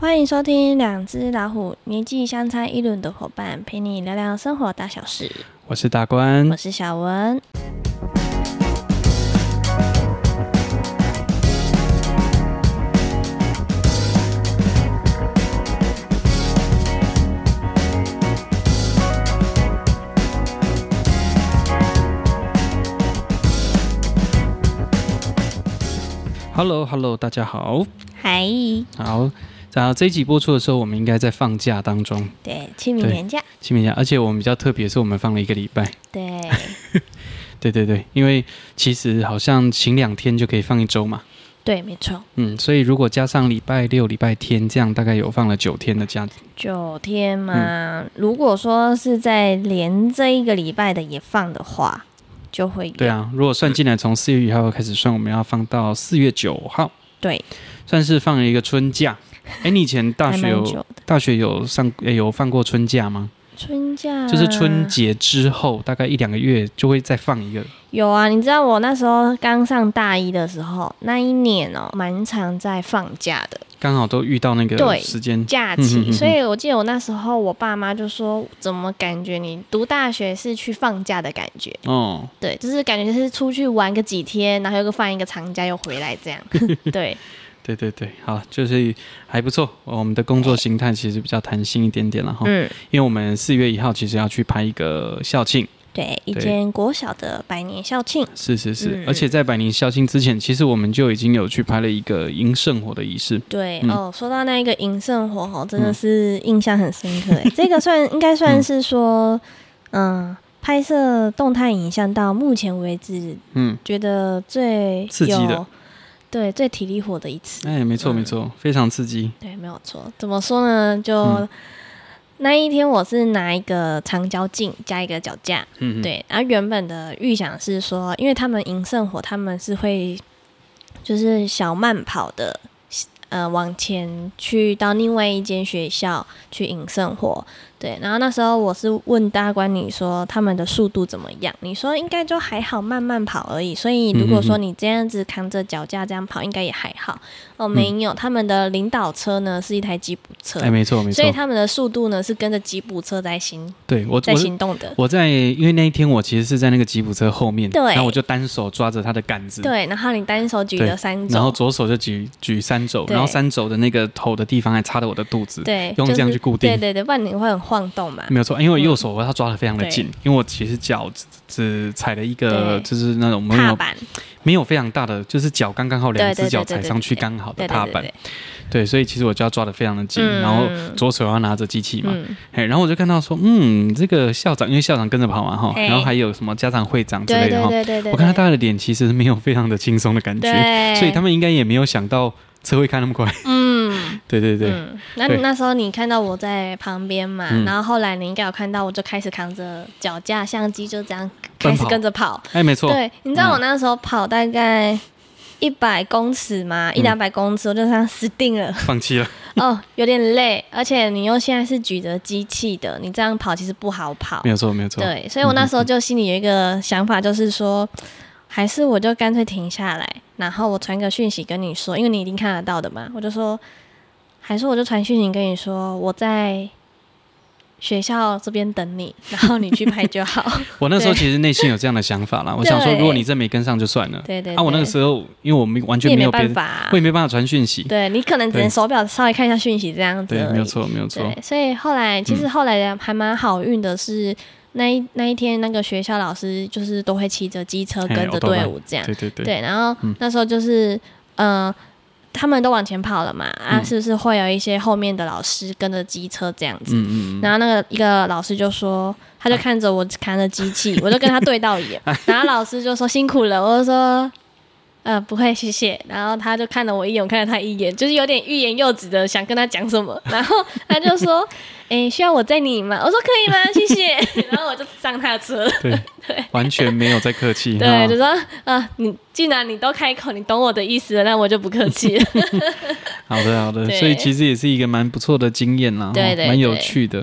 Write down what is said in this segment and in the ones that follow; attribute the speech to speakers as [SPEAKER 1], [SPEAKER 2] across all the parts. [SPEAKER 1] 欢迎收听《两只老虎》，年纪相差一轮的伙伴陪你聊聊生活大小事。
[SPEAKER 2] 我是大官
[SPEAKER 1] 我，是小文。
[SPEAKER 2] Hello Hello，大家好，
[SPEAKER 1] 嗨，
[SPEAKER 2] 好。然后这一集播出的时候，我们应该在放假当中，
[SPEAKER 1] 对，清明
[SPEAKER 2] 对
[SPEAKER 1] 年假，
[SPEAKER 2] 清明假，而且我们比较特别，是我们放了一个礼拜。
[SPEAKER 1] 对，
[SPEAKER 2] 对对对，因为其实好像请两天就可以放一周嘛，
[SPEAKER 1] 对，没错，
[SPEAKER 2] 嗯，所以如果加上礼拜六、礼拜天，这样大概有放了九天的假。
[SPEAKER 1] 九天嘛。
[SPEAKER 2] 嗯
[SPEAKER 1] 如果说是在连这一个礼拜的也放的话，就会有
[SPEAKER 2] 对，啊，如果算进来，从四月一号开始算，我们要放到四月九号，
[SPEAKER 1] 对，
[SPEAKER 2] 算是放了一个春假。哎，你以前大
[SPEAKER 1] 还
[SPEAKER 2] 学
[SPEAKER 1] 蛮
[SPEAKER 2] 有
[SPEAKER 1] 久的。
[SPEAKER 2] 大学有上诶有放过春假吗？
[SPEAKER 1] 春假
[SPEAKER 2] 就是春
[SPEAKER 1] 嗯
[SPEAKER 2] 节之后大概一两个月就会再放一个。
[SPEAKER 1] 有啊，你知道我那时候刚上大一的时候，那一年哦、蛮常在放假的
[SPEAKER 2] 刚好都遇到那
[SPEAKER 1] 对
[SPEAKER 2] 个时间，
[SPEAKER 1] 假
[SPEAKER 2] 嗯嗯
[SPEAKER 1] 期，
[SPEAKER 2] 嗯嗯
[SPEAKER 1] 所以我记得我那时候我爸妈就说，怎么感觉你读大学是去放假的感觉？
[SPEAKER 2] 哦，
[SPEAKER 1] 对，就是感觉就是出去玩个几天，然后又个放一个长假又回来 这样。对，
[SPEAKER 2] 对对对，好，就是还不错。我们的工作形态其实比较弹性一点点了哈，
[SPEAKER 1] 嗯，
[SPEAKER 2] 因为我们四月一号其实要去拍一个校庆，
[SPEAKER 1] 对，一
[SPEAKER 2] 对
[SPEAKER 1] 间国小的百年校庆，
[SPEAKER 2] 是是是，
[SPEAKER 1] 嗯嗯
[SPEAKER 2] 而且在百年校庆之前，其实我们就已经有去拍了一个迎圣火的仪式。
[SPEAKER 1] 对、
[SPEAKER 2] 嗯
[SPEAKER 1] 哦，说到那个银圣火吼，真的是印象很深刻诶。欸 这个算应该算是说，嗯、拍摄动态影像到目前为止，
[SPEAKER 2] 嗯，
[SPEAKER 1] 觉得最
[SPEAKER 2] 刺激的
[SPEAKER 1] 有，对，最体力活的一次。
[SPEAKER 2] 哎，没错
[SPEAKER 1] 嗯
[SPEAKER 2] 没错，非常刺激。
[SPEAKER 1] 对，没有错。怎么说呢？就、
[SPEAKER 2] 嗯
[SPEAKER 1] 那一天，我是拿一个长焦镜加一个脚架，
[SPEAKER 2] 嗯，嗯，
[SPEAKER 1] 对。然后原本的预想是说，因为他们银圣火，他们是会就是小慢跑的，呃，往前去到另外一间学校去迎圣火。对，然后那时候我是问大官你说他们的速度怎么样？你说应该就还好，慢慢跑而已。所以如果说
[SPEAKER 2] 嗯嗯
[SPEAKER 1] 你这样子扛着脚架这样跑，应该也还好。哦，没有，他们的领导车呢是一台吉普车，
[SPEAKER 2] 嗯哎，没错没错
[SPEAKER 1] 所以。他们的速度呢是跟着吉普车在行
[SPEAKER 2] 对我
[SPEAKER 1] 在
[SPEAKER 2] 我
[SPEAKER 1] 行动的。
[SPEAKER 2] 我在因为那一天我其实是在那个吉普车后面，
[SPEAKER 1] 对
[SPEAKER 2] 然后我就单手抓着它的杆子，
[SPEAKER 1] 对，然后你单手举
[SPEAKER 2] 对
[SPEAKER 1] 了三
[SPEAKER 2] 然后
[SPEAKER 1] 种，
[SPEAKER 2] 左手就举举三肘，
[SPEAKER 1] 对
[SPEAKER 2] 然后三肘的那个头的地方还插着我的肚子，
[SPEAKER 1] 对，
[SPEAKER 2] 用
[SPEAKER 1] 就
[SPEAKER 2] 这样
[SPEAKER 1] 是
[SPEAKER 2] 去固定嗯
[SPEAKER 1] 对对对，不然你会很晃动嘛。
[SPEAKER 2] 没有错，因为我右手我要抓的非常的
[SPEAKER 1] 对
[SPEAKER 2] 紧，因为我其实脚只只踩了一个
[SPEAKER 1] 对
[SPEAKER 2] 就是那种没
[SPEAKER 1] 踏
[SPEAKER 2] 有
[SPEAKER 1] 板，
[SPEAKER 2] 没有非常大的，就是脚刚刚好两
[SPEAKER 1] 对对
[SPEAKER 2] 只脚
[SPEAKER 1] 对对
[SPEAKER 2] 踩
[SPEAKER 1] 对
[SPEAKER 2] 上去
[SPEAKER 1] 对
[SPEAKER 2] 刚好的
[SPEAKER 1] 对
[SPEAKER 2] 呃踏
[SPEAKER 1] 对对
[SPEAKER 2] 板
[SPEAKER 1] 对，，
[SPEAKER 2] 对，所以其实我就要抓的非常的紧，
[SPEAKER 1] 嗯
[SPEAKER 2] 然后左手要拿着机器嘛，
[SPEAKER 1] 嗯，
[SPEAKER 2] 嘿，然后我就看到说，嗯，这个校长因为校长跟着跑嘛哈，
[SPEAKER 1] 嘿
[SPEAKER 2] 然后还有什么家长会长之
[SPEAKER 1] 对
[SPEAKER 2] 类的
[SPEAKER 1] 对
[SPEAKER 2] 哈，
[SPEAKER 1] 对对对，
[SPEAKER 2] 我看到大
[SPEAKER 1] 到，
[SPEAKER 2] 家的脸其实没有非常的轻松的感觉，
[SPEAKER 1] 对，
[SPEAKER 2] 所以他们应该也没有想到车会开那么快，
[SPEAKER 1] 嗯，
[SPEAKER 2] 对对对。
[SPEAKER 1] 嗯，那
[SPEAKER 2] 对
[SPEAKER 1] 那时候你看到我在旁边嘛，
[SPEAKER 2] 嗯
[SPEAKER 1] 然后后来你应该有看到，我就开始扛着脚架、相机，就这样
[SPEAKER 2] 奔
[SPEAKER 1] 开
[SPEAKER 2] 跑
[SPEAKER 1] 始跟着跑。
[SPEAKER 2] 哎，没错，
[SPEAKER 1] 对，你知道
[SPEAKER 2] 嗯
[SPEAKER 1] 我那时候跑大概一百公尺嘛，
[SPEAKER 2] 嗯
[SPEAKER 1] 一两百公尺，我就这样死定了。
[SPEAKER 2] 放弃了。
[SPEAKER 1] 哦，有点累，而且你又现在是举着机器的，你这样跑其实不好跑 嗯
[SPEAKER 2] 没。有错，没有错。
[SPEAKER 1] 对，所以我那时候就心里有一个想法，就是说，还是我就干脆停下来，然后我传个讯息跟你说，因为你一定看得到的嘛，我就说，还是我就传讯息跟你说，我在学校这边等你，然后你去拍就好。
[SPEAKER 2] 我那时候其实内心有这样的想法啦，我想说，
[SPEAKER 1] 对
[SPEAKER 2] 如果你真没跟上就算了。
[SPEAKER 1] 对对对，
[SPEAKER 2] 啊，我那个时候因为我们完
[SPEAKER 1] 你
[SPEAKER 2] 全
[SPEAKER 1] 也
[SPEAKER 2] 没
[SPEAKER 1] 没
[SPEAKER 2] 有别
[SPEAKER 1] 办
[SPEAKER 2] 的，
[SPEAKER 1] 法啊、
[SPEAKER 2] 我也没办法传讯息。
[SPEAKER 1] 对你可能只能手表稍微看一下讯息这样子
[SPEAKER 2] 对，
[SPEAKER 1] 而
[SPEAKER 2] 没有
[SPEAKER 1] 已。
[SPEAKER 2] 错，没有错。嗯
[SPEAKER 1] 对，所以后来其实后来还蛮好运的是，那一那一天那个学校老师就是都会骑着机车
[SPEAKER 2] 嘿
[SPEAKER 1] 跟着
[SPEAKER 2] 欧多
[SPEAKER 1] 队
[SPEAKER 2] 曼
[SPEAKER 1] 伍这样，
[SPEAKER 2] 对对对，
[SPEAKER 1] 对，然后
[SPEAKER 2] 嗯
[SPEAKER 1] 那时候就是，呃，他们都往前跑了嘛，啊，
[SPEAKER 2] 嗯
[SPEAKER 1] 是不是会有一些后面的老师跟着机车这样子？
[SPEAKER 2] 嗯嗯嗯，
[SPEAKER 1] 然后那个一个老师就说，他就看着我扛着机 器，我就跟他对到 眼，然后老师就说辛苦了，我就说。呃，不会，谢谢。然后他就看了我一眼，我看了他一眼，就是有点欲言又止的，想跟他讲什 么。然后他就说：“诶，需要我载你吗？”我说：“可以吗？谢 谢。”然后我就上他的车了。
[SPEAKER 2] 对完全没有在客气。哈
[SPEAKER 1] 对，就说啊、你既然你都开口，你懂我的意思了，那我就不客气了。
[SPEAKER 2] 好的好的，
[SPEAKER 1] 对
[SPEAKER 2] 所以其实也是一个蛮不错的经验啦，哈
[SPEAKER 1] 对对
[SPEAKER 2] 蛮有
[SPEAKER 1] 对
[SPEAKER 2] 趣的。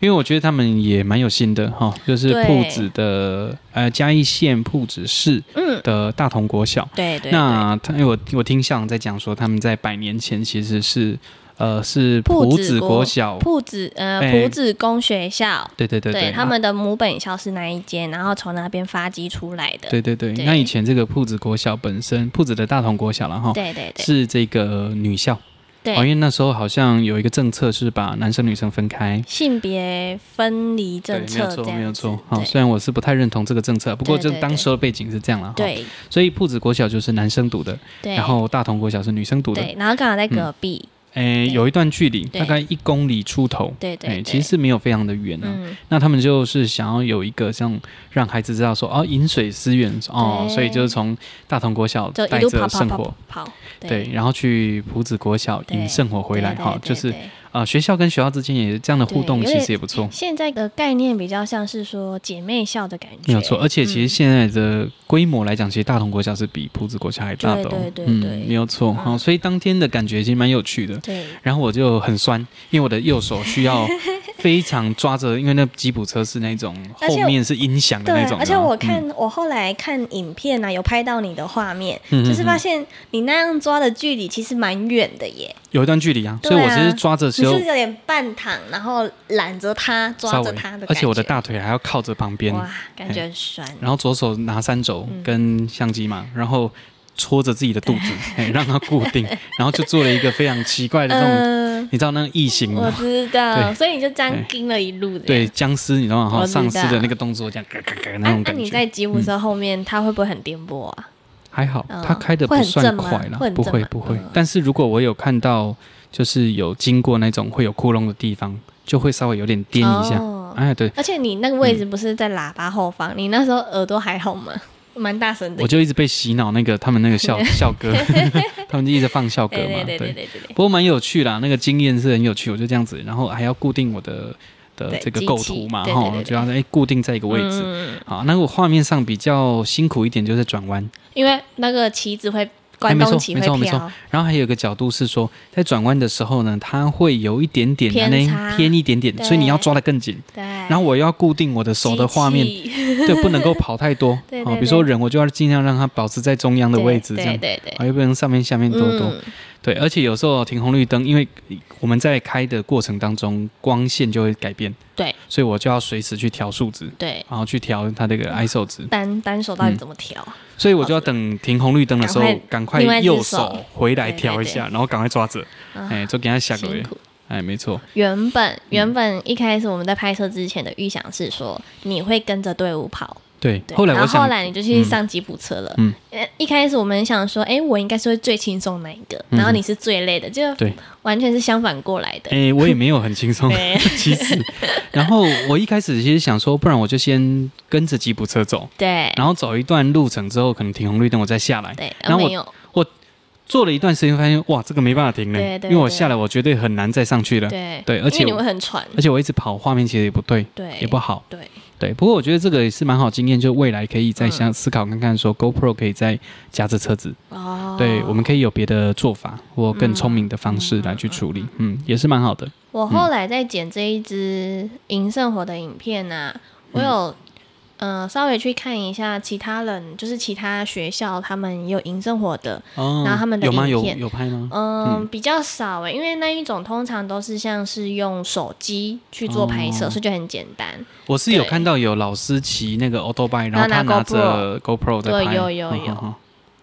[SPEAKER 2] 因为我觉得他们也蛮有心的哈，就是
[SPEAKER 1] 对
[SPEAKER 2] 铺子的呃嘉义县铺子市
[SPEAKER 1] 嗯，
[SPEAKER 2] 的大同国小。
[SPEAKER 1] 对对对
[SPEAKER 2] 那他，因为我我听校长在讲说，他们在百年前其实是呃是
[SPEAKER 1] 埔
[SPEAKER 2] 埔
[SPEAKER 1] 子
[SPEAKER 2] 子
[SPEAKER 1] 国
[SPEAKER 2] 国小，
[SPEAKER 1] 埔子呃
[SPEAKER 2] 哎
[SPEAKER 1] 埔子工学校，
[SPEAKER 2] 对对对对，啊
[SPEAKER 1] 他们的母本校是哪一间，然后从那边发迹出来的。
[SPEAKER 2] 对对对，
[SPEAKER 1] 对
[SPEAKER 2] 那以前这个铺子国小本身，铺子的大同国小了哈，
[SPEAKER 1] 对对对
[SPEAKER 2] 哦是这个女校，哦，因
[SPEAKER 1] 对，
[SPEAKER 2] 为那时候好像有一个政策是把男生女生分开。
[SPEAKER 1] 性别分离政策这
[SPEAKER 2] 对，没有错，
[SPEAKER 1] 样
[SPEAKER 2] 没有
[SPEAKER 1] 子
[SPEAKER 2] 错。好，
[SPEAKER 1] 对
[SPEAKER 2] 虽然我是不太认同这个政策，不过
[SPEAKER 1] 对
[SPEAKER 2] 就
[SPEAKER 1] 对
[SPEAKER 2] 当
[SPEAKER 1] 对
[SPEAKER 2] 时候背景是这样了哈。，
[SPEAKER 1] 对
[SPEAKER 2] 所以铺子国小就是男生读的，
[SPEAKER 1] 对，
[SPEAKER 2] 然后大同国小是女生读的。嗯
[SPEAKER 1] 对，然后刚好在隔壁，
[SPEAKER 2] 诶，有一段距离，
[SPEAKER 1] 对
[SPEAKER 2] 大概一公里出头。
[SPEAKER 1] 对对
[SPEAKER 2] 诶，
[SPEAKER 1] 对，
[SPEAKER 2] 哎其实是没有非常的远啊。
[SPEAKER 1] 嗯，
[SPEAKER 2] 那他们就是想要有一个像让孩子知道说哦，饮水思源哦，
[SPEAKER 1] 对
[SPEAKER 2] 所以就是从大同国小
[SPEAKER 1] 就
[SPEAKER 2] 带
[SPEAKER 1] 一路跑
[SPEAKER 2] 着
[SPEAKER 1] 跑
[SPEAKER 2] 圣
[SPEAKER 1] 跑
[SPEAKER 2] 火
[SPEAKER 1] 跑，跑，
[SPEAKER 2] 对，然后去埔子国小引
[SPEAKER 1] 对
[SPEAKER 2] 圣火回来
[SPEAKER 1] 对
[SPEAKER 2] 哈，
[SPEAKER 1] 对
[SPEAKER 2] 就是
[SPEAKER 1] 对
[SPEAKER 2] 啊、学校跟学校之间也这样的
[SPEAKER 1] 对
[SPEAKER 2] 互动，
[SPEAKER 1] 有
[SPEAKER 2] 其
[SPEAKER 1] 点
[SPEAKER 2] 实也不错，
[SPEAKER 1] 现在的概念比较像是说姐妹校的感觉，
[SPEAKER 2] 没有错。而且其实
[SPEAKER 1] 嗯
[SPEAKER 2] 现在的规模来讲，其实大同国小是比埔子国小还大的、哦，
[SPEAKER 1] 对对对对
[SPEAKER 2] 嗯，没有错哈、
[SPEAKER 1] 嗯
[SPEAKER 2] 所以当天的感觉其实蛮有趣的。
[SPEAKER 1] 对
[SPEAKER 2] 然后我就很酸，因为我的右手需 要非常抓着，因为那吉普车是那种
[SPEAKER 1] 而
[SPEAKER 2] 后
[SPEAKER 1] 且
[SPEAKER 2] 面是音响的
[SPEAKER 1] 对
[SPEAKER 2] 那种，，啊嗯
[SPEAKER 1] 而且
[SPEAKER 2] 有没有
[SPEAKER 1] 我看、我后来看影片啊，有拍到你的画面，
[SPEAKER 2] 嗯
[SPEAKER 1] 就是
[SPEAKER 2] 嗯
[SPEAKER 1] 发
[SPEAKER 2] 嗯
[SPEAKER 1] 现你那样抓的距离其实蛮远的耶，
[SPEAKER 2] 有一段距离啊，
[SPEAKER 1] 对
[SPEAKER 2] 所以我
[SPEAKER 1] 啊
[SPEAKER 2] 其实抓着
[SPEAKER 1] 你
[SPEAKER 2] 时
[SPEAKER 1] 是
[SPEAKER 2] 候
[SPEAKER 1] 不是有点半躺，然后揽着它，
[SPEAKER 2] 稍
[SPEAKER 1] 抓着
[SPEAKER 2] 微
[SPEAKER 1] 它的，感觉，
[SPEAKER 2] 而且我的大腿还要靠着旁边，
[SPEAKER 1] 哇，嗯感觉很酸，
[SPEAKER 2] 然后左手拿三轴跟相机嘛，然后戳着自己的肚子，
[SPEAKER 1] 嗯
[SPEAKER 2] 嘿让它固 定，然后就做了一个非常奇怪的这种，
[SPEAKER 1] 嗯、
[SPEAKER 2] 你知道那个异形
[SPEAKER 1] 我
[SPEAKER 2] 吗？
[SPEAKER 1] 知
[SPEAKER 2] 嗯对
[SPEAKER 1] 道，所以你就这
[SPEAKER 2] 对
[SPEAKER 1] 样盯了一路的，
[SPEAKER 2] 对，。僵尸，你知道吗？
[SPEAKER 1] 我
[SPEAKER 2] 哈，
[SPEAKER 1] 知道
[SPEAKER 2] 丧尸的那个动作，这样嘎嘎嘎那
[SPEAKER 1] 那、
[SPEAKER 2] 种
[SPEAKER 1] 那、
[SPEAKER 2] 感
[SPEAKER 1] 你
[SPEAKER 2] 觉，嗯
[SPEAKER 1] 在吉普车后面，它会不会很颠簸啊？
[SPEAKER 2] 还好，
[SPEAKER 1] 嗯
[SPEAKER 2] 它开的不算快啦
[SPEAKER 1] 会，很
[SPEAKER 2] 不
[SPEAKER 1] 正吗
[SPEAKER 2] 会
[SPEAKER 1] 会很正吗
[SPEAKER 2] 不会
[SPEAKER 1] 嗯。
[SPEAKER 2] 但是如果我有看到，就是有经过那种会有窟窿的地方，就会稍微有点颠一下。
[SPEAKER 1] 哦
[SPEAKER 2] 嗯哎，对，
[SPEAKER 1] 而且你那个位置不是在喇叭后方，你那时候耳朵还好吗？蛮大声的
[SPEAKER 2] 我，就一直被洗脑那个他们那 个笑笑歌，他们就一直放笑歌
[SPEAKER 1] 对
[SPEAKER 2] 嘛
[SPEAKER 1] 对，对
[SPEAKER 2] 对
[SPEAKER 1] 对。对对对
[SPEAKER 2] 不过蛮有趣啦，那个经验是很有趣，我就这样子，然后还要固定我的的
[SPEAKER 1] 对
[SPEAKER 2] 这个
[SPEAKER 1] 机
[SPEAKER 2] 构
[SPEAKER 1] 器
[SPEAKER 2] 图嘛，
[SPEAKER 1] 对
[SPEAKER 2] 哈
[SPEAKER 1] 对对，对
[SPEAKER 2] 就要哎固定在一个位置。
[SPEAKER 1] 嗯
[SPEAKER 2] 好，那我画面上比较辛苦一点就是转弯，
[SPEAKER 1] 因为那个旗子会
[SPEAKER 2] 哎
[SPEAKER 1] 关
[SPEAKER 2] 没错
[SPEAKER 1] 东旗会
[SPEAKER 2] 没错没
[SPEAKER 1] 飘，
[SPEAKER 2] 然后还有一个角度是说，在转弯的时候呢，它会有一点点
[SPEAKER 1] 偏
[SPEAKER 2] 那
[SPEAKER 1] 差
[SPEAKER 2] 偏一点点，
[SPEAKER 1] 对
[SPEAKER 2] 所以你要抓得更紧。
[SPEAKER 1] 对，然
[SPEAKER 2] 然后我又要固定我的手的画面，对，不能够跑太多。
[SPEAKER 1] 对
[SPEAKER 2] 好
[SPEAKER 1] 对
[SPEAKER 2] 比如说
[SPEAKER 1] 对
[SPEAKER 2] 人，我就要尽量让它保持在中央的位置，这
[SPEAKER 1] 对
[SPEAKER 2] 样，
[SPEAKER 1] 对对，
[SPEAKER 2] 啊，又不能上面下面多多。
[SPEAKER 1] 嗯
[SPEAKER 2] 对，而且有时候停红绿灯，因为我们在开的过程当中，光线就会改变，
[SPEAKER 1] 对，
[SPEAKER 2] 所以我就要随时去调数值，
[SPEAKER 1] 对，
[SPEAKER 2] 然后去调它
[SPEAKER 1] 嗯
[SPEAKER 2] 这个 ISO 值，
[SPEAKER 1] 单单手
[SPEAKER 2] 嗯
[SPEAKER 1] 到底怎么调？啊
[SPEAKER 2] 所以我就要等停红绿灯的时候，赶快
[SPEAKER 1] 另外一只
[SPEAKER 2] 右
[SPEAKER 1] 手
[SPEAKER 2] 手回来调
[SPEAKER 1] 对
[SPEAKER 2] 一下，然后赶快抓着，
[SPEAKER 1] 啊
[SPEAKER 2] 哎，就给它下个
[SPEAKER 1] 辛
[SPEAKER 2] 月，
[SPEAKER 1] 苦。
[SPEAKER 2] 哎，没错，
[SPEAKER 1] 原
[SPEAKER 2] 嗯
[SPEAKER 1] 本原本一开始我们在拍摄之前的预想是说你会跟着队伍跑，
[SPEAKER 2] 对。
[SPEAKER 1] 对，
[SPEAKER 2] 后来我
[SPEAKER 1] 然后后
[SPEAKER 2] 想，
[SPEAKER 1] 来你就去上吉普车了。
[SPEAKER 2] 嗯
[SPEAKER 1] 呃，一开始我们想说，哎，我应该是会最轻松那一个，然后你是最累的，就
[SPEAKER 2] 嗯对
[SPEAKER 1] 完全是相反过来的。
[SPEAKER 2] 哎，我也没有很轻松，
[SPEAKER 1] 对
[SPEAKER 2] 其实。然后我一开始其实想说，不然我就先跟着吉普车走，
[SPEAKER 1] 对
[SPEAKER 2] 然后走一段路程之后，可能停红绿灯我再下来。
[SPEAKER 1] 对，
[SPEAKER 2] 然后我
[SPEAKER 1] 没有
[SPEAKER 2] 做了一段时间，发现哇，这个没办法停了，
[SPEAKER 1] 对对
[SPEAKER 2] 因为我下来，我绝对很难再上去了。
[SPEAKER 1] 对
[SPEAKER 2] 对而且
[SPEAKER 1] 因为你
[SPEAKER 2] 我
[SPEAKER 1] 会很喘，
[SPEAKER 2] 而且我一直跑，画面其实也不对，
[SPEAKER 1] 对，
[SPEAKER 2] 也不好。
[SPEAKER 1] 对
[SPEAKER 2] 对，不过我觉得这个也是蛮好经验，就未来可以
[SPEAKER 1] 嗯
[SPEAKER 2] 再想思考看看，说 GoPro 可以再夹着车子，
[SPEAKER 1] 哦。嗯
[SPEAKER 2] 对，我们可以有别的做法或更聪明的方式来去处理，嗯，也是蛮好的。
[SPEAKER 1] 我后来在剪这一支银圣火的影片呢、
[SPEAKER 2] 嗯
[SPEAKER 1] 我有、呃稍微去看一下其他人，就是其他学校他们也有银圣火的，
[SPEAKER 2] 哦
[SPEAKER 1] 然后他们的
[SPEAKER 2] 有吗？
[SPEAKER 1] 影
[SPEAKER 2] 有
[SPEAKER 1] 片
[SPEAKER 2] 有拍吗？
[SPEAKER 1] 嗯，比较少诶、因为那一种通常都是像是用手机去做拍摄，
[SPEAKER 2] 哦
[SPEAKER 1] 所以就很简单。
[SPEAKER 2] 我是有
[SPEAKER 1] 对
[SPEAKER 2] 看到有老师骑那个 auto bike，然
[SPEAKER 1] 然
[SPEAKER 2] 后
[SPEAKER 1] 后拿
[SPEAKER 2] 他拿着 GoPro 在拍，
[SPEAKER 1] 对有有
[SPEAKER 2] 哦
[SPEAKER 1] 有
[SPEAKER 2] 哦哦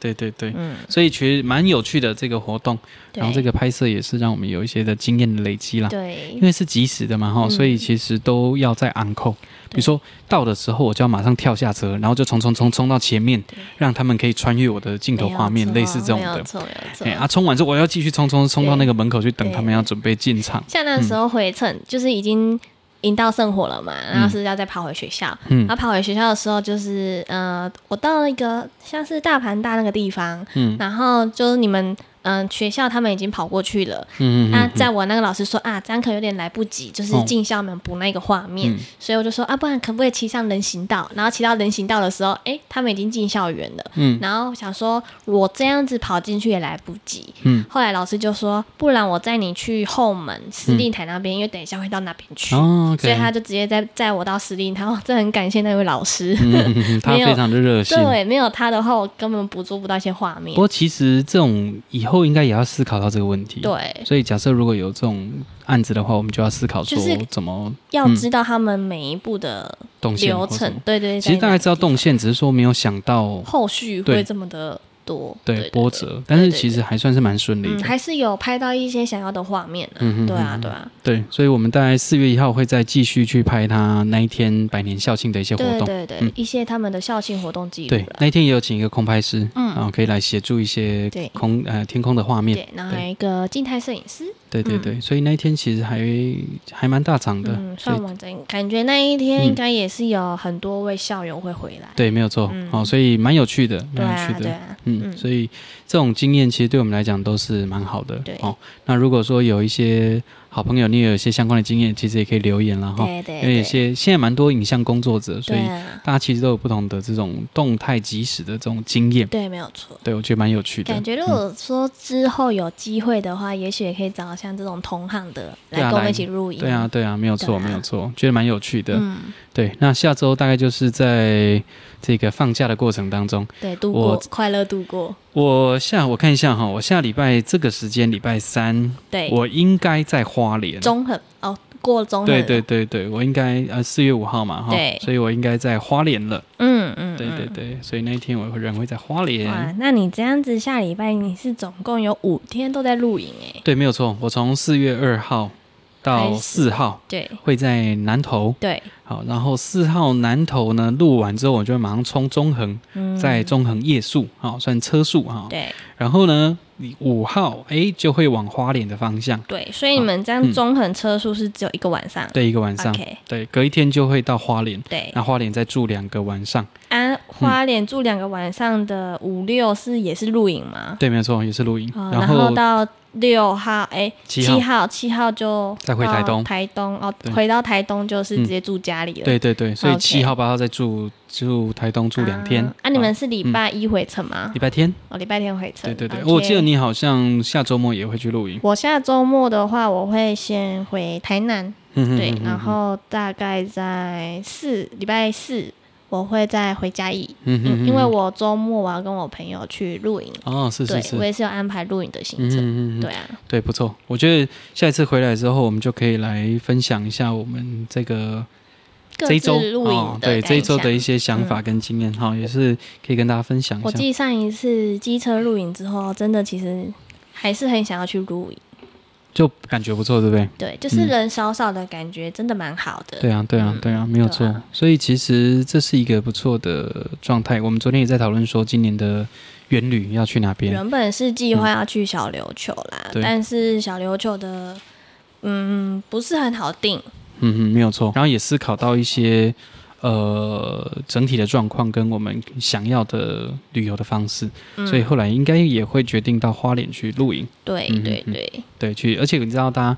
[SPEAKER 2] 对对对，
[SPEAKER 1] 嗯，
[SPEAKER 2] 所以其实蛮有趣的这个活动。
[SPEAKER 1] 对
[SPEAKER 2] 然后这个拍摄也是让我们有一些的经验的累积啦。因
[SPEAKER 1] 对
[SPEAKER 2] 为是及时的嘛，哈、
[SPEAKER 1] 嗯
[SPEAKER 2] 所以其实都要在昂扣。比如说到的时候，我就要马上跳下车，然后就冲冲冲冲到前面，让他们可以穿越我的镜头画面，类似这种
[SPEAKER 1] 没有
[SPEAKER 2] 的。
[SPEAKER 1] 错，没有错。
[SPEAKER 2] 哎啊，冲完之后我要继续冲冲冲到那个门口去等
[SPEAKER 1] 对
[SPEAKER 2] 他们要准备进场。嗯
[SPEAKER 1] 像那时候回程、就是已经赢到圣火了嘛，然后是要再跑回学校。
[SPEAKER 2] 嗯
[SPEAKER 1] 然后跑回学校的时候，就是呃，我到了一个像是大盘大那个地方，
[SPEAKER 2] 嗯
[SPEAKER 1] 然后就是你们嗯、呃学校他们已经跑过去了。
[SPEAKER 2] 嗯嗯
[SPEAKER 1] 那
[SPEAKER 2] 嗯嗯，
[SPEAKER 1] 在我那个老师说啊，这样可有点来不及，就是
[SPEAKER 2] 哦
[SPEAKER 1] 进校门补那个画面，
[SPEAKER 2] 嗯
[SPEAKER 1] 所以我就说啊，不然可不可以骑上人行道？然后骑到人行道的时候，哎，他们已经进校园了。
[SPEAKER 2] 嗯
[SPEAKER 1] 然后想说，我这样子跑进去也来不及。
[SPEAKER 2] 嗯
[SPEAKER 1] 后来老师就说，不然我载你去后门司令台那边，因为等一下会到那边去。
[SPEAKER 2] 哦，OK，
[SPEAKER 1] 所以他就直接载载我到司令台，哦，这很感谢那位老师。
[SPEAKER 2] 嗯嗯嗯 嗯他
[SPEAKER 1] 没有
[SPEAKER 2] 非常的热心。
[SPEAKER 1] 对，没有他的话，我根本捕捉不到一些画面
[SPEAKER 2] 不。过其实这种以后应该也要思考到这个问题。，
[SPEAKER 1] 对，
[SPEAKER 2] 所以假设如果有这种案子的话，我们就要思考说
[SPEAKER 1] 就是
[SPEAKER 2] 怎么
[SPEAKER 1] 要
[SPEAKER 2] 嗯
[SPEAKER 1] 知道他们每一步的
[SPEAKER 2] 动线
[SPEAKER 1] 流
[SPEAKER 2] 或什
[SPEAKER 1] 程，
[SPEAKER 2] 么。
[SPEAKER 1] 对对对。
[SPEAKER 2] 其实大概知道动线，只是说没有想到
[SPEAKER 1] 后续
[SPEAKER 2] 对
[SPEAKER 1] 会这么的多，
[SPEAKER 2] 对波折，但是其实还算是蛮顺利
[SPEAKER 1] 嗯，
[SPEAKER 2] 的。
[SPEAKER 1] 还是有拍到一些想要的画面啊。
[SPEAKER 2] 嗯哼
[SPEAKER 1] 对啊
[SPEAKER 2] 嗯哼，
[SPEAKER 1] 对啊，
[SPEAKER 2] 对，所以我们大概四月一号会再继续去拍他那一天百年校庆的一些活
[SPEAKER 1] 对
[SPEAKER 2] 动。
[SPEAKER 1] 对对
[SPEAKER 2] 嗯，
[SPEAKER 1] 一些他们的校庆活动记录
[SPEAKER 2] 对
[SPEAKER 1] 啦，
[SPEAKER 2] 那一天也有请一个空拍师，
[SPEAKER 1] 嗯
[SPEAKER 2] 啊，可以来协助一些
[SPEAKER 1] 对
[SPEAKER 2] 空呃天空的画面。
[SPEAKER 1] 对，然后还有一个静态摄影师，
[SPEAKER 2] 对对对，所以那一天其实还还蛮大场的，
[SPEAKER 1] 嗯，
[SPEAKER 2] 所以嗯
[SPEAKER 1] 算完整，感觉那一天应该也是有很多位校友会回来，
[SPEAKER 2] 对没有错，
[SPEAKER 1] 嗯
[SPEAKER 2] 哦，所以蛮有趣的，
[SPEAKER 1] 对
[SPEAKER 2] 蛮有
[SPEAKER 1] 啊，
[SPEAKER 2] 趣
[SPEAKER 1] 对
[SPEAKER 2] 的。
[SPEAKER 1] 啊，
[SPEAKER 2] 嗯，所以这种经验其实对我们来讲都是蛮好的。
[SPEAKER 1] 对
[SPEAKER 2] 哦，那如果说有一些好朋友，你也有一些相关的经验，其实也可以留言啦哈。
[SPEAKER 1] 对对
[SPEAKER 2] 因为
[SPEAKER 1] 对，
[SPEAKER 2] 有些现在蛮多影像工作者，所以
[SPEAKER 1] 对啊，
[SPEAKER 2] 大家其实都有不同的这种动态即时的这种经验。
[SPEAKER 1] 对，没有错。
[SPEAKER 2] 对，我觉得蛮有趣的。
[SPEAKER 1] 感觉如
[SPEAKER 2] 嗯
[SPEAKER 1] 果说之后有机会的话，也许也可以找像这种同行的
[SPEAKER 2] 对
[SPEAKER 1] 来跟
[SPEAKER 2] 啊
[SPEAKER 1] 我们
[SPEAKER 2] 来
[SPEAKER 1] 一起录音。
[SPEAKER 2] 对啊，，对啊，没有错，
[SPEAKER 1] 对啊
[SPEAKER 2] 没有错，觉得蛮有趣的。
[SPEAKER 1] 嗯，
[SPEAKER 2] 对，那下周大概就是在这个放假的过程当中，
[SPEAKER 1] 对，度
[SPEAKER 2] 我
[SPEAKER 1] 过快乐度过，
[SPEAKER 2] 我下我看一下哈，我下礼拜这个时间，礼拜三，
[SPEAKER 1] 对，
[SPEAKER 2] 我应该在花莲。
[SPEAKER 1] 中横哦，过中横
[SPEAKER 2] 对
[SPEAKER 1] 了，
[SPEAKER 2] 对对对，我应该呃四月五号嘛哈
[SPEAKER 1] 对，
[SPEAKER 2] 所以我应该在花莲了。
[SPEAKER 1] 嗯，嗯嗯，
[SPEAKER 2] 对对对，所以那一天我会人会在花
[SPEAKER 1] 哇
[SPEAKER 2] 莲。，
[SPEAKER 1] 那你这样子下礼拜你是总共有五天都在露营哎、
[SPEAKER 2] 对，没有错，我从四月二号到
[SPEAKER 1] 开始
[SPEAKER 2] 四号
[SPEAKER 1] 对
[SPEAKER 2] 会在南投。
[SPEAKER 1] 对，
[SPEAKER 2] 好，然后四号南投呢录完之后，我就会马上冲中横，
[SPEAKER 1] 嗯，
[SPEAKER 2] 在中横夜宿，好、算车宿哈。
[SPEAKER 1] 对
[SPEAKER 2] 然后呢，你五号哎就会往花莲的方向，
[SPEAKER 1] 对，所以你们这样中横车速是只有一个晚上，
[SPEAKER 2] 对，一个晚上，
[SPEAKER 1] ，OK，
[SPEAKER 2] 对，隔一天就会到花莲，
[SPEAKER 1] 对，
[SPEAKER 2] 那嗯花莲再住两个晚上，
[SPEAKER 1] 啊，花莲住两个晚上的五六是也是露营吗？
[SPEAKER 2] 对，没有错，也是露营，
[SPEAKER 1] 哦、
[SPEAKER 2] 然
[SPEAKER 1] 然
[SPEAKER 2] 后
[SPEAKER 1] 到六号哎
[SPEAKER 2] 七号
[SPEAKER 1] 七号七号就
[SPEAKER 2] 再回
[SPEAKER 1] 到
[SPEAKER 2] 台东
[SPEAKER 1] 台东哦
[SPEAKER 2] 对，
[SPEAKER 1] 回到台东就是
[SPEAKER 2] 嗯
[SPEAKER 1] 直接住家里了，
[SPEAKER 2] 对对对，所以
[SPEAKER 1] OK
[SPEAKER 2] 七号八号再住住台东住两天嗯
[SPEAKER 1] 啊，啊你们
[SPEAKER 2] 好
[SPEAKER 1] 是礼拜一回程吗？
[SPEAKER 2] 礼拜天，
[SPEAKER 1] 哦，礼拜天回程。
[SPEAKER 2] 对对对，哦
[SPEAKER 1] OK
[SPEAKER 2] 我记得你好像下周末也会去露营，
[SPEAKER 1] 我下周末的话，我会先回台南，
[SPEAKER 2] 嗯
[SPEAKER 1] 对，
[SPEAKER 2] 嗯
[SPEAKER 1] 然后大概在四礼拜四，我会再回嘉义，
[SPEAKER 2] 嗯
[SPEAKER 1] 嗯，因为我周末我要跟我朋友去露营，
[SPEAKER 2] 哦是是
[SPEAKER 1] 对
[SPEAKER 2] 是
[SPEAKER 1] 我，也是有安排露营的行
[SPEAKER 2] 嗯
[SPEAKER 1] 程，
[SPEAKER 2] 嗯嗯，
[SPEAKER 1] 对啊，
[SPEAKER 2] 对，不错。我觉得下一次回来之后，我们就可以来分享一下我们这个
[SPEAKER 1] 各
[SPEAKER 2] 这一
[SPEAKER 1] 自
[SPEAKER 2] 周
[SPEAKER 1] 露
[SPEAKER 2] 哦
[SPEAKER 1] 营的感想、、嗯
[SPEAKER 2] 对这一周的一些想法跟经验，哈、也是可以跟大家分享一
[SPEAKER 1] 我
[SPEAKER 2] 下
[SPEAKER 1] 记。得上一次机车露营之后，真的其实还是很想要去露营，
[SPEAKER 2] 就感觉不错，对不对？
[SPEAKER 1] 对，就是
[SPEAKER 2] 嗯
[SPEAKER 1] 人少少的感觉，真的蛮好的，
[SPEAKER 2] 对啊，对啊，
[SPEAKER 1] 嗯
[SPEAKER 2] 对啊，没有
[SPEAKER 1] 对
[SPEAKER 2] 错。
[SPEAKER 1] 啊
[SPEAKER 2] 所以其实这是一个不错的状态。我们昨天也在讨论说，今年的元旅要去哪边？嗯
[SPEAKER 1] 原本是计划要去小琉球啦，
[SPEAKER 2] 对
[SPEAKER 1] 但是小琉球的嗯不是很好定，
[SPEAKER 2] 嗯哼，没有错。然后也思考到一些呃整体的状况跟我们想要的旅游的方式，
[SPEAKER 1] 嗯、
[SPEAKER 2] 所以后来应该也会决定到花莲去露营。
[SPEAKER 1] 对
[SPEAKER 2] 嗯
[SPEAKER 1] 对
[SPEAKER 2] 嗯
[SPEAKER 1] 对，
[SPEAKER 2] 对，去，而且你知道大家，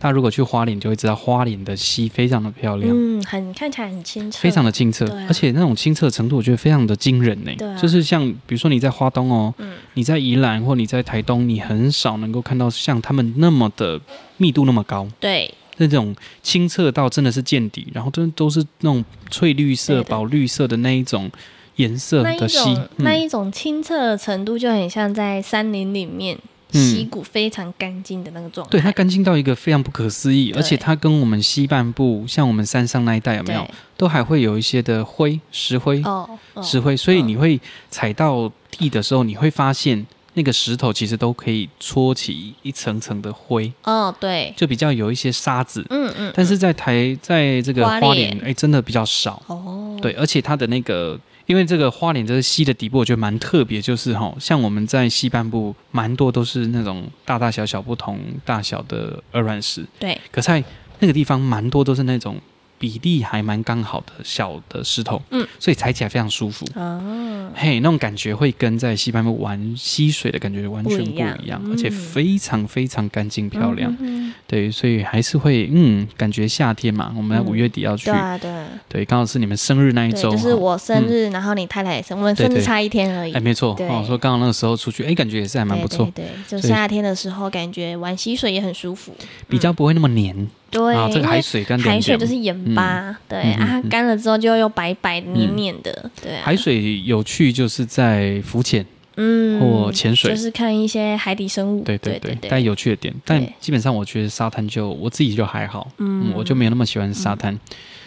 [SPEAKER 2] 大家如果去花莲，就会知道花莲的溪非常的漂亮，
[SPEAKER 1] 嗯，很看起来很清澈，
[SPEAKER 2] 非常的清澈，
[SPEAKER 1] 对啊
[SPEAKER 2] 而且那种清澈程度，我觉得非常的惊人呢、
[SPEAKER 1] 对啊
[SPEAKER 2] 就是像比如说你在花东哦，
[SPEAKER 1] 嗯
[SPEAKER 2] 你在宜兰或你在台东，你很少能够看到像他们那么的密度那么高，
[SPEAKER 1] 对
[SPEAKER 2] 那种清澈到真的是见底，然后真的都是那种翠绿色、
[SPEAKER 1] 对的
[SPEAKER 2] 宝绿色的那一种颜色
[SPEAKER 1] 那一
[SPEAKER 2] 的溪
[SPEAKER 1] 种、，那
[SPEAKER 2] 嗯，
[SPEAKER 1] 一种清澈的程度就很像在山林里面、
[SPEAKER 2] 嗯
[SPEAKER 1] 溪谷非常干净的那个状态，
[SPEAKER 2] 对，它干净到一个非常不可思议，
[SPEAKER 1] 对
[SPEAKER 2] 而且它跟我们西半部，像我们山上那一带有没有？都还会有一些的灰、石灰
[SPEAKER 1] 对、哦哦
[SPEAKER 2] 石灰，所以
[SPEAKER 1] 嗯
[SPEAKER 2] 你会踩到地的时候，你会发现那个石头其实都可以搓起一层层的灰，
[SPEAKER 1] 哦对，
[SPEAKER 2] 就比较有一些沙子。
[SPEAKER 1] 嗯嗯，
[SPEAKER 2] 但是在台在这个
[SPEAKER 1] 花
[SPEAKER 2] 花
[SPEAKER 1] 莲
[SPEAKER 2] 莲，哎，真的比较少。
[SPEAKER 1] 哦
[SPEAKER 2] 对，而且它的那个，因为这个花莲这个溪的底部，我觉得蛮特别，就是哈、像我们在西半部，蛮多都是那种大大小小不同大小的鹅卵石，
[SPEAKER 1] 对
[SPEAKER 2] 可在那个地方蛮多都是那种比例还蛮刚好的小的石头，
[SPEAKER 1] 嗯，
[SPEAKER 2] 所以踩起来非常舒服。
[SPEAKER 1] 啊
[SPEAKER 2] 嘿，那种感觉会跟在西半部玩溪水的感觉完全不一样，
[SPEAKER 1] 不一样
[SPEAKER 2] 而且
[SPEAKER 1] 嗯
[SPEAKER 2] 非常非常干净漂亮。
[SPEAKER 1] 嗯嗯嗯
[SPEAKER 2] 对，所以还是会嗯，感觉夏天嘛，我们
[SPEAKER 1] 嗯
[SPEAKER 2] 五月底要去，
[SPEAKER 1] 对啊对啊。
[SPEAKER 2] 对，刚好是你们生日那一
[SPEAKER 1] 对，
[SPEAKER 2] 周哈，
[SPEAKER 1] 就是我生日，然后你太太也生，我们
[SPEAKER 2] 对
[SPEAKER 1] 生日
[SPEAKER 2] 对
[SPEAKER 1] 差一天而已
[SPEAKER 2] 哎，。没错，
[SPEAKER 1] 对
[SPEAKER 2] 哦，说刚好那个时候出去，哎，感觉也是还蛮
[SPEAKER 1] 对
[SPEAKER 2] 不错，
[SPEAKER 1] 对对，就
[SPEAKER 2] 所以
[SPEAKER 1] 夏天的时候，感觉玩溪水也很舒服。
[SPEAKER 2] 比较不会那么黏
[SPEAKER 1] 对，
[SPEAKER 2] 啊。这个
[SPEAKER 1] 嗯因
[SPEAKER 2] 海
[SPEAKER 1] 为
[SPEAKER 2] 水跟
[SPEAKER 1] 海
[SPEAKER 2] 凉
[SPEAKER 1] 水
[SPEAKER 2] 凉
[SPEAKER 1] 就是盐巴，对
[SPEAKER 2] 嗯嗯
[SPEAKER 1] 啊，
[SPEAKER 2] 嗯
[SPEAKER 1] 干了之后就又白白黏黏的，对啊。
[SPEAKER 2] 海水有趣，就是在浮潜，
[SPEAKER 1] 嗯，
[SPEAKER 2] 或潜水
[SPEAKER 1] 就是看一些海底生物，
[SPEAKER 2] 对
[SPEAKER 1] 对
[SPEAKER 2] 对，
[SPEAKER 1] 对，
[SPEAKER 2] 但有趣的点，但
[SPEAKER 1] 对
[SPEAKER 2] 基本上我觉得沙滩就我自己就还好，嗯，
[SPEAKER 1] 嗯，
[SPEAKER 2] 我就没有那么喜欢沙滩。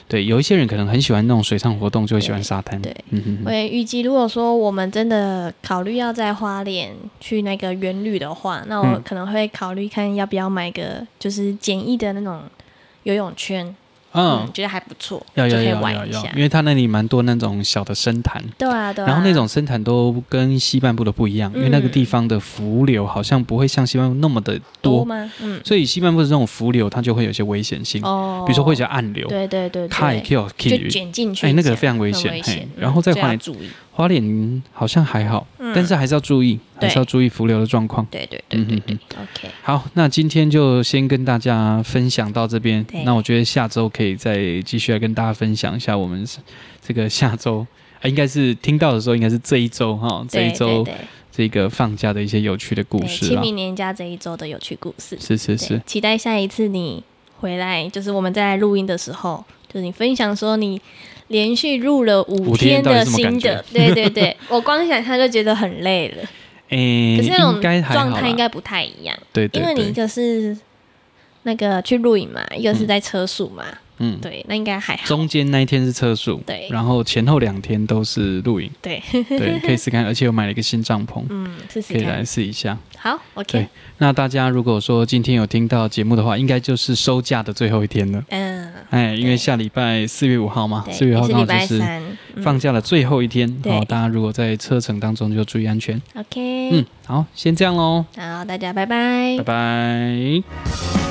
[SPEAKER 2] 对，有一些人可能很喜欢那种水上活动，就会喜欢沙滩。
[SPEAKER 1] 对，
[SPEAKER 2] 嗯哼
[SPEAKER 1] 我
[SPEAKER 2] 哼，
[SPEAKER 1] 也预计，如果说我们真的考虑要在花莲去那个园旅的话，那我
[SPEAKER 2] 嗯
[SPEAKER 1] 可能会考虑看要不要买个就是简易的那种游泳圈，
[SPEAKER 2] 嗯，
[SPEAKER 1] 觉得还不错，
[SPEAKER 2] 要
[SPEAKER 1] 就
[SPEAKER 2] 要
[SPEAKER 1] 可以
[SPEAKER 2] 要要
[SPEAKER 1] 玩一
[SPEAKER 2] 要
[SPEAKER 1] 下，
[SPEAKER 2] 因。为它那里蛮多那种小的深潭，
[SPEAKER 1] 对啊，对啊。
[SPEAKER 2] 然后那种深潭都跟西半部的不一样，因为那个
[SPEAKER 1] 嗯
[SPEAKER 2] 地方的伏流好像不会像西半部那么的
[SPEAKER 1] 多
[SPEAKER 2] 多，
[SPEAKER 1] 吗？嗯，
[SPEAKER 2] 所以西半部的这种伏流它就会有一些危险性，
[SPEAKER 1] 哦，
[SPEAKER 2] 比如说会有一些暗流，
[SPEAKER 1] 对对对
[SPEAKER 2] 卡也
[SPEAKER 1] 对，
[SPEAKER 2] 可
[SPEAKER 1] 就
[SPEAKER 2] 以。
[SPEAKER 1] 卷进去这
[SPEAKER 2] 哎，
[SPEAKER 1] 样，
[SPEAKER 2] 那个非常危
[SPEAKER 1] 很
[SPEAKER 2] 险
[SPEAKER 1] 危
[SPEAKER 2] 嘿
[SPEAKER 1] 险。。
[SPEAKER 2] 然后
[SPEAKER 1] 嗯
[SPEAKER 2] 再
[SPEAKER 1] 所以要
[SPEAKER 2] 花莲，
[SPEAKER 1] 注意，
[SPEAKER 2] 花莲好像还好，
[SPEAKER 1] 嗯
[SPEAKER 2] 但是还是要注意，还是
[SPEAKER 1] 对
[SPEAKER 2] 要注意浮流的状况。
[SPEAKER 1] 对对对
[SPEAKER 2] 嗯
[SPEAKER 1] 对
[SPEAKER 2] 哼哼。
[SPEAKER 1] ，OK，
[SPEAKER 2] 好，那今天就先跟大家分享到这边
[SPEAKER 1] 对。
[SPEAKER 2] 那我觉得下周可以再继续来跟大家分享一下我们这个下周，啊，应该是听到的时候应该是这一周哈，这一
[SPEAKER 1] 对对
[SPEAKER 2] 周
[SPEAKER 1] 对
[SPEAKER 2] 这个放假的一些有趣的故
[SPEAKER 1] 对
[SPEAKER 2] 事
[SPEAKER 1] 清
[SPEAKER 2] 啦。
[SPEAKER 1] 明年假这一周的有趣故事，
[SPEAKER 2] 是是
[SPEAKER 1] 对
[SPEAKER 2] 是，
[SPEAKER 1] 期待下一次你回来，就是我们再来录音的时候，就是你分享说你连续录了
[SPEAKER 2] 五
[SPEAKER 1] 五
[SPEAKER 2] 天到底
[SPEAKER 1] 的
[SPEAKER 2] 是什么感
[SPEAKER 1] 心
[SPEAKER 2] 觉
[SPEAKER 1] 得，对对对，我光想象就觉得很累 了。
[SPEAKER 2] 诶，
[SPEAKER 1] 可是那
[SPEAKER 2] 应
[SPEAKER 1] 种
[SPEAKER 2] 该还
[SPEAKER 1] 状
[SPEAKER 2] 好
[SPEAKER 1] 态应
[SPEAKER 2] 啦。
[SPEAKER 1] 该不太一样，
[SPEAKER 2] 对对
[SPEAKER 1] 因为你一
[SPEAKER 2] 对，
[SPEAKER 1] 个是那个去录影嘛，一个是在车速嘛，
[SPEAKER 2] 嗯，
[SPEAKER 1] 对，那应该还好。
[SPEAKER 2] 中间那一天是测速，
[SPEAKER 1] 对
[SPEAKER 2] 然后前后两天都是露 营，
[SPEAKER 1] 对，
[SPEAKER 2] 对，可以试看，而且我买了一个新帐篷，
[SPEAKER 1] 嗯，试试
[SPEAKER 2] 可以
[SPEAKER 1] 看
[SPEAKER 2] 来。试一下。
[SPEAKER 1] 好
[SPEAKER 2] 对
[SPEAKER 1] ，OK，
[SPEAKER 2] 那大家如果说今天有听到节目的话，应该就是收假的最后一天了。
[SPEAKER 1] 嗯，
[SPEAKER 2] 哎，因为
[SPEAKER 1] 对
[SPEAKER 2] 下礼拜四月五号嘛，
[SPEAKER 1] 对，
[SPEAKER 2] 四月五
[SPEAKER 1] 也
[SPEAKER 2] 号
[SPEAKER 1] 是
[SPEAKER 2] 刚好
[SPEAKER 1] 礼
[SPEAKER 2] 就
[SPEAKER 1] 拜
[SPEAKER 2] 是
[SPEAKER 1] 三，嗯
[SPEAKER 2] 放假的最后一天。
[SPEAKER 1] 对
[SPEAKER 2] 好，大家如果在车程当中就注意安全。
[SPEAKER 1] OK，
[SPEAKER 2] 嗯，好，先这样喽，
[SPEAKER 1] 好，大家拜拜
[SPEAKER 2] 拜。拜。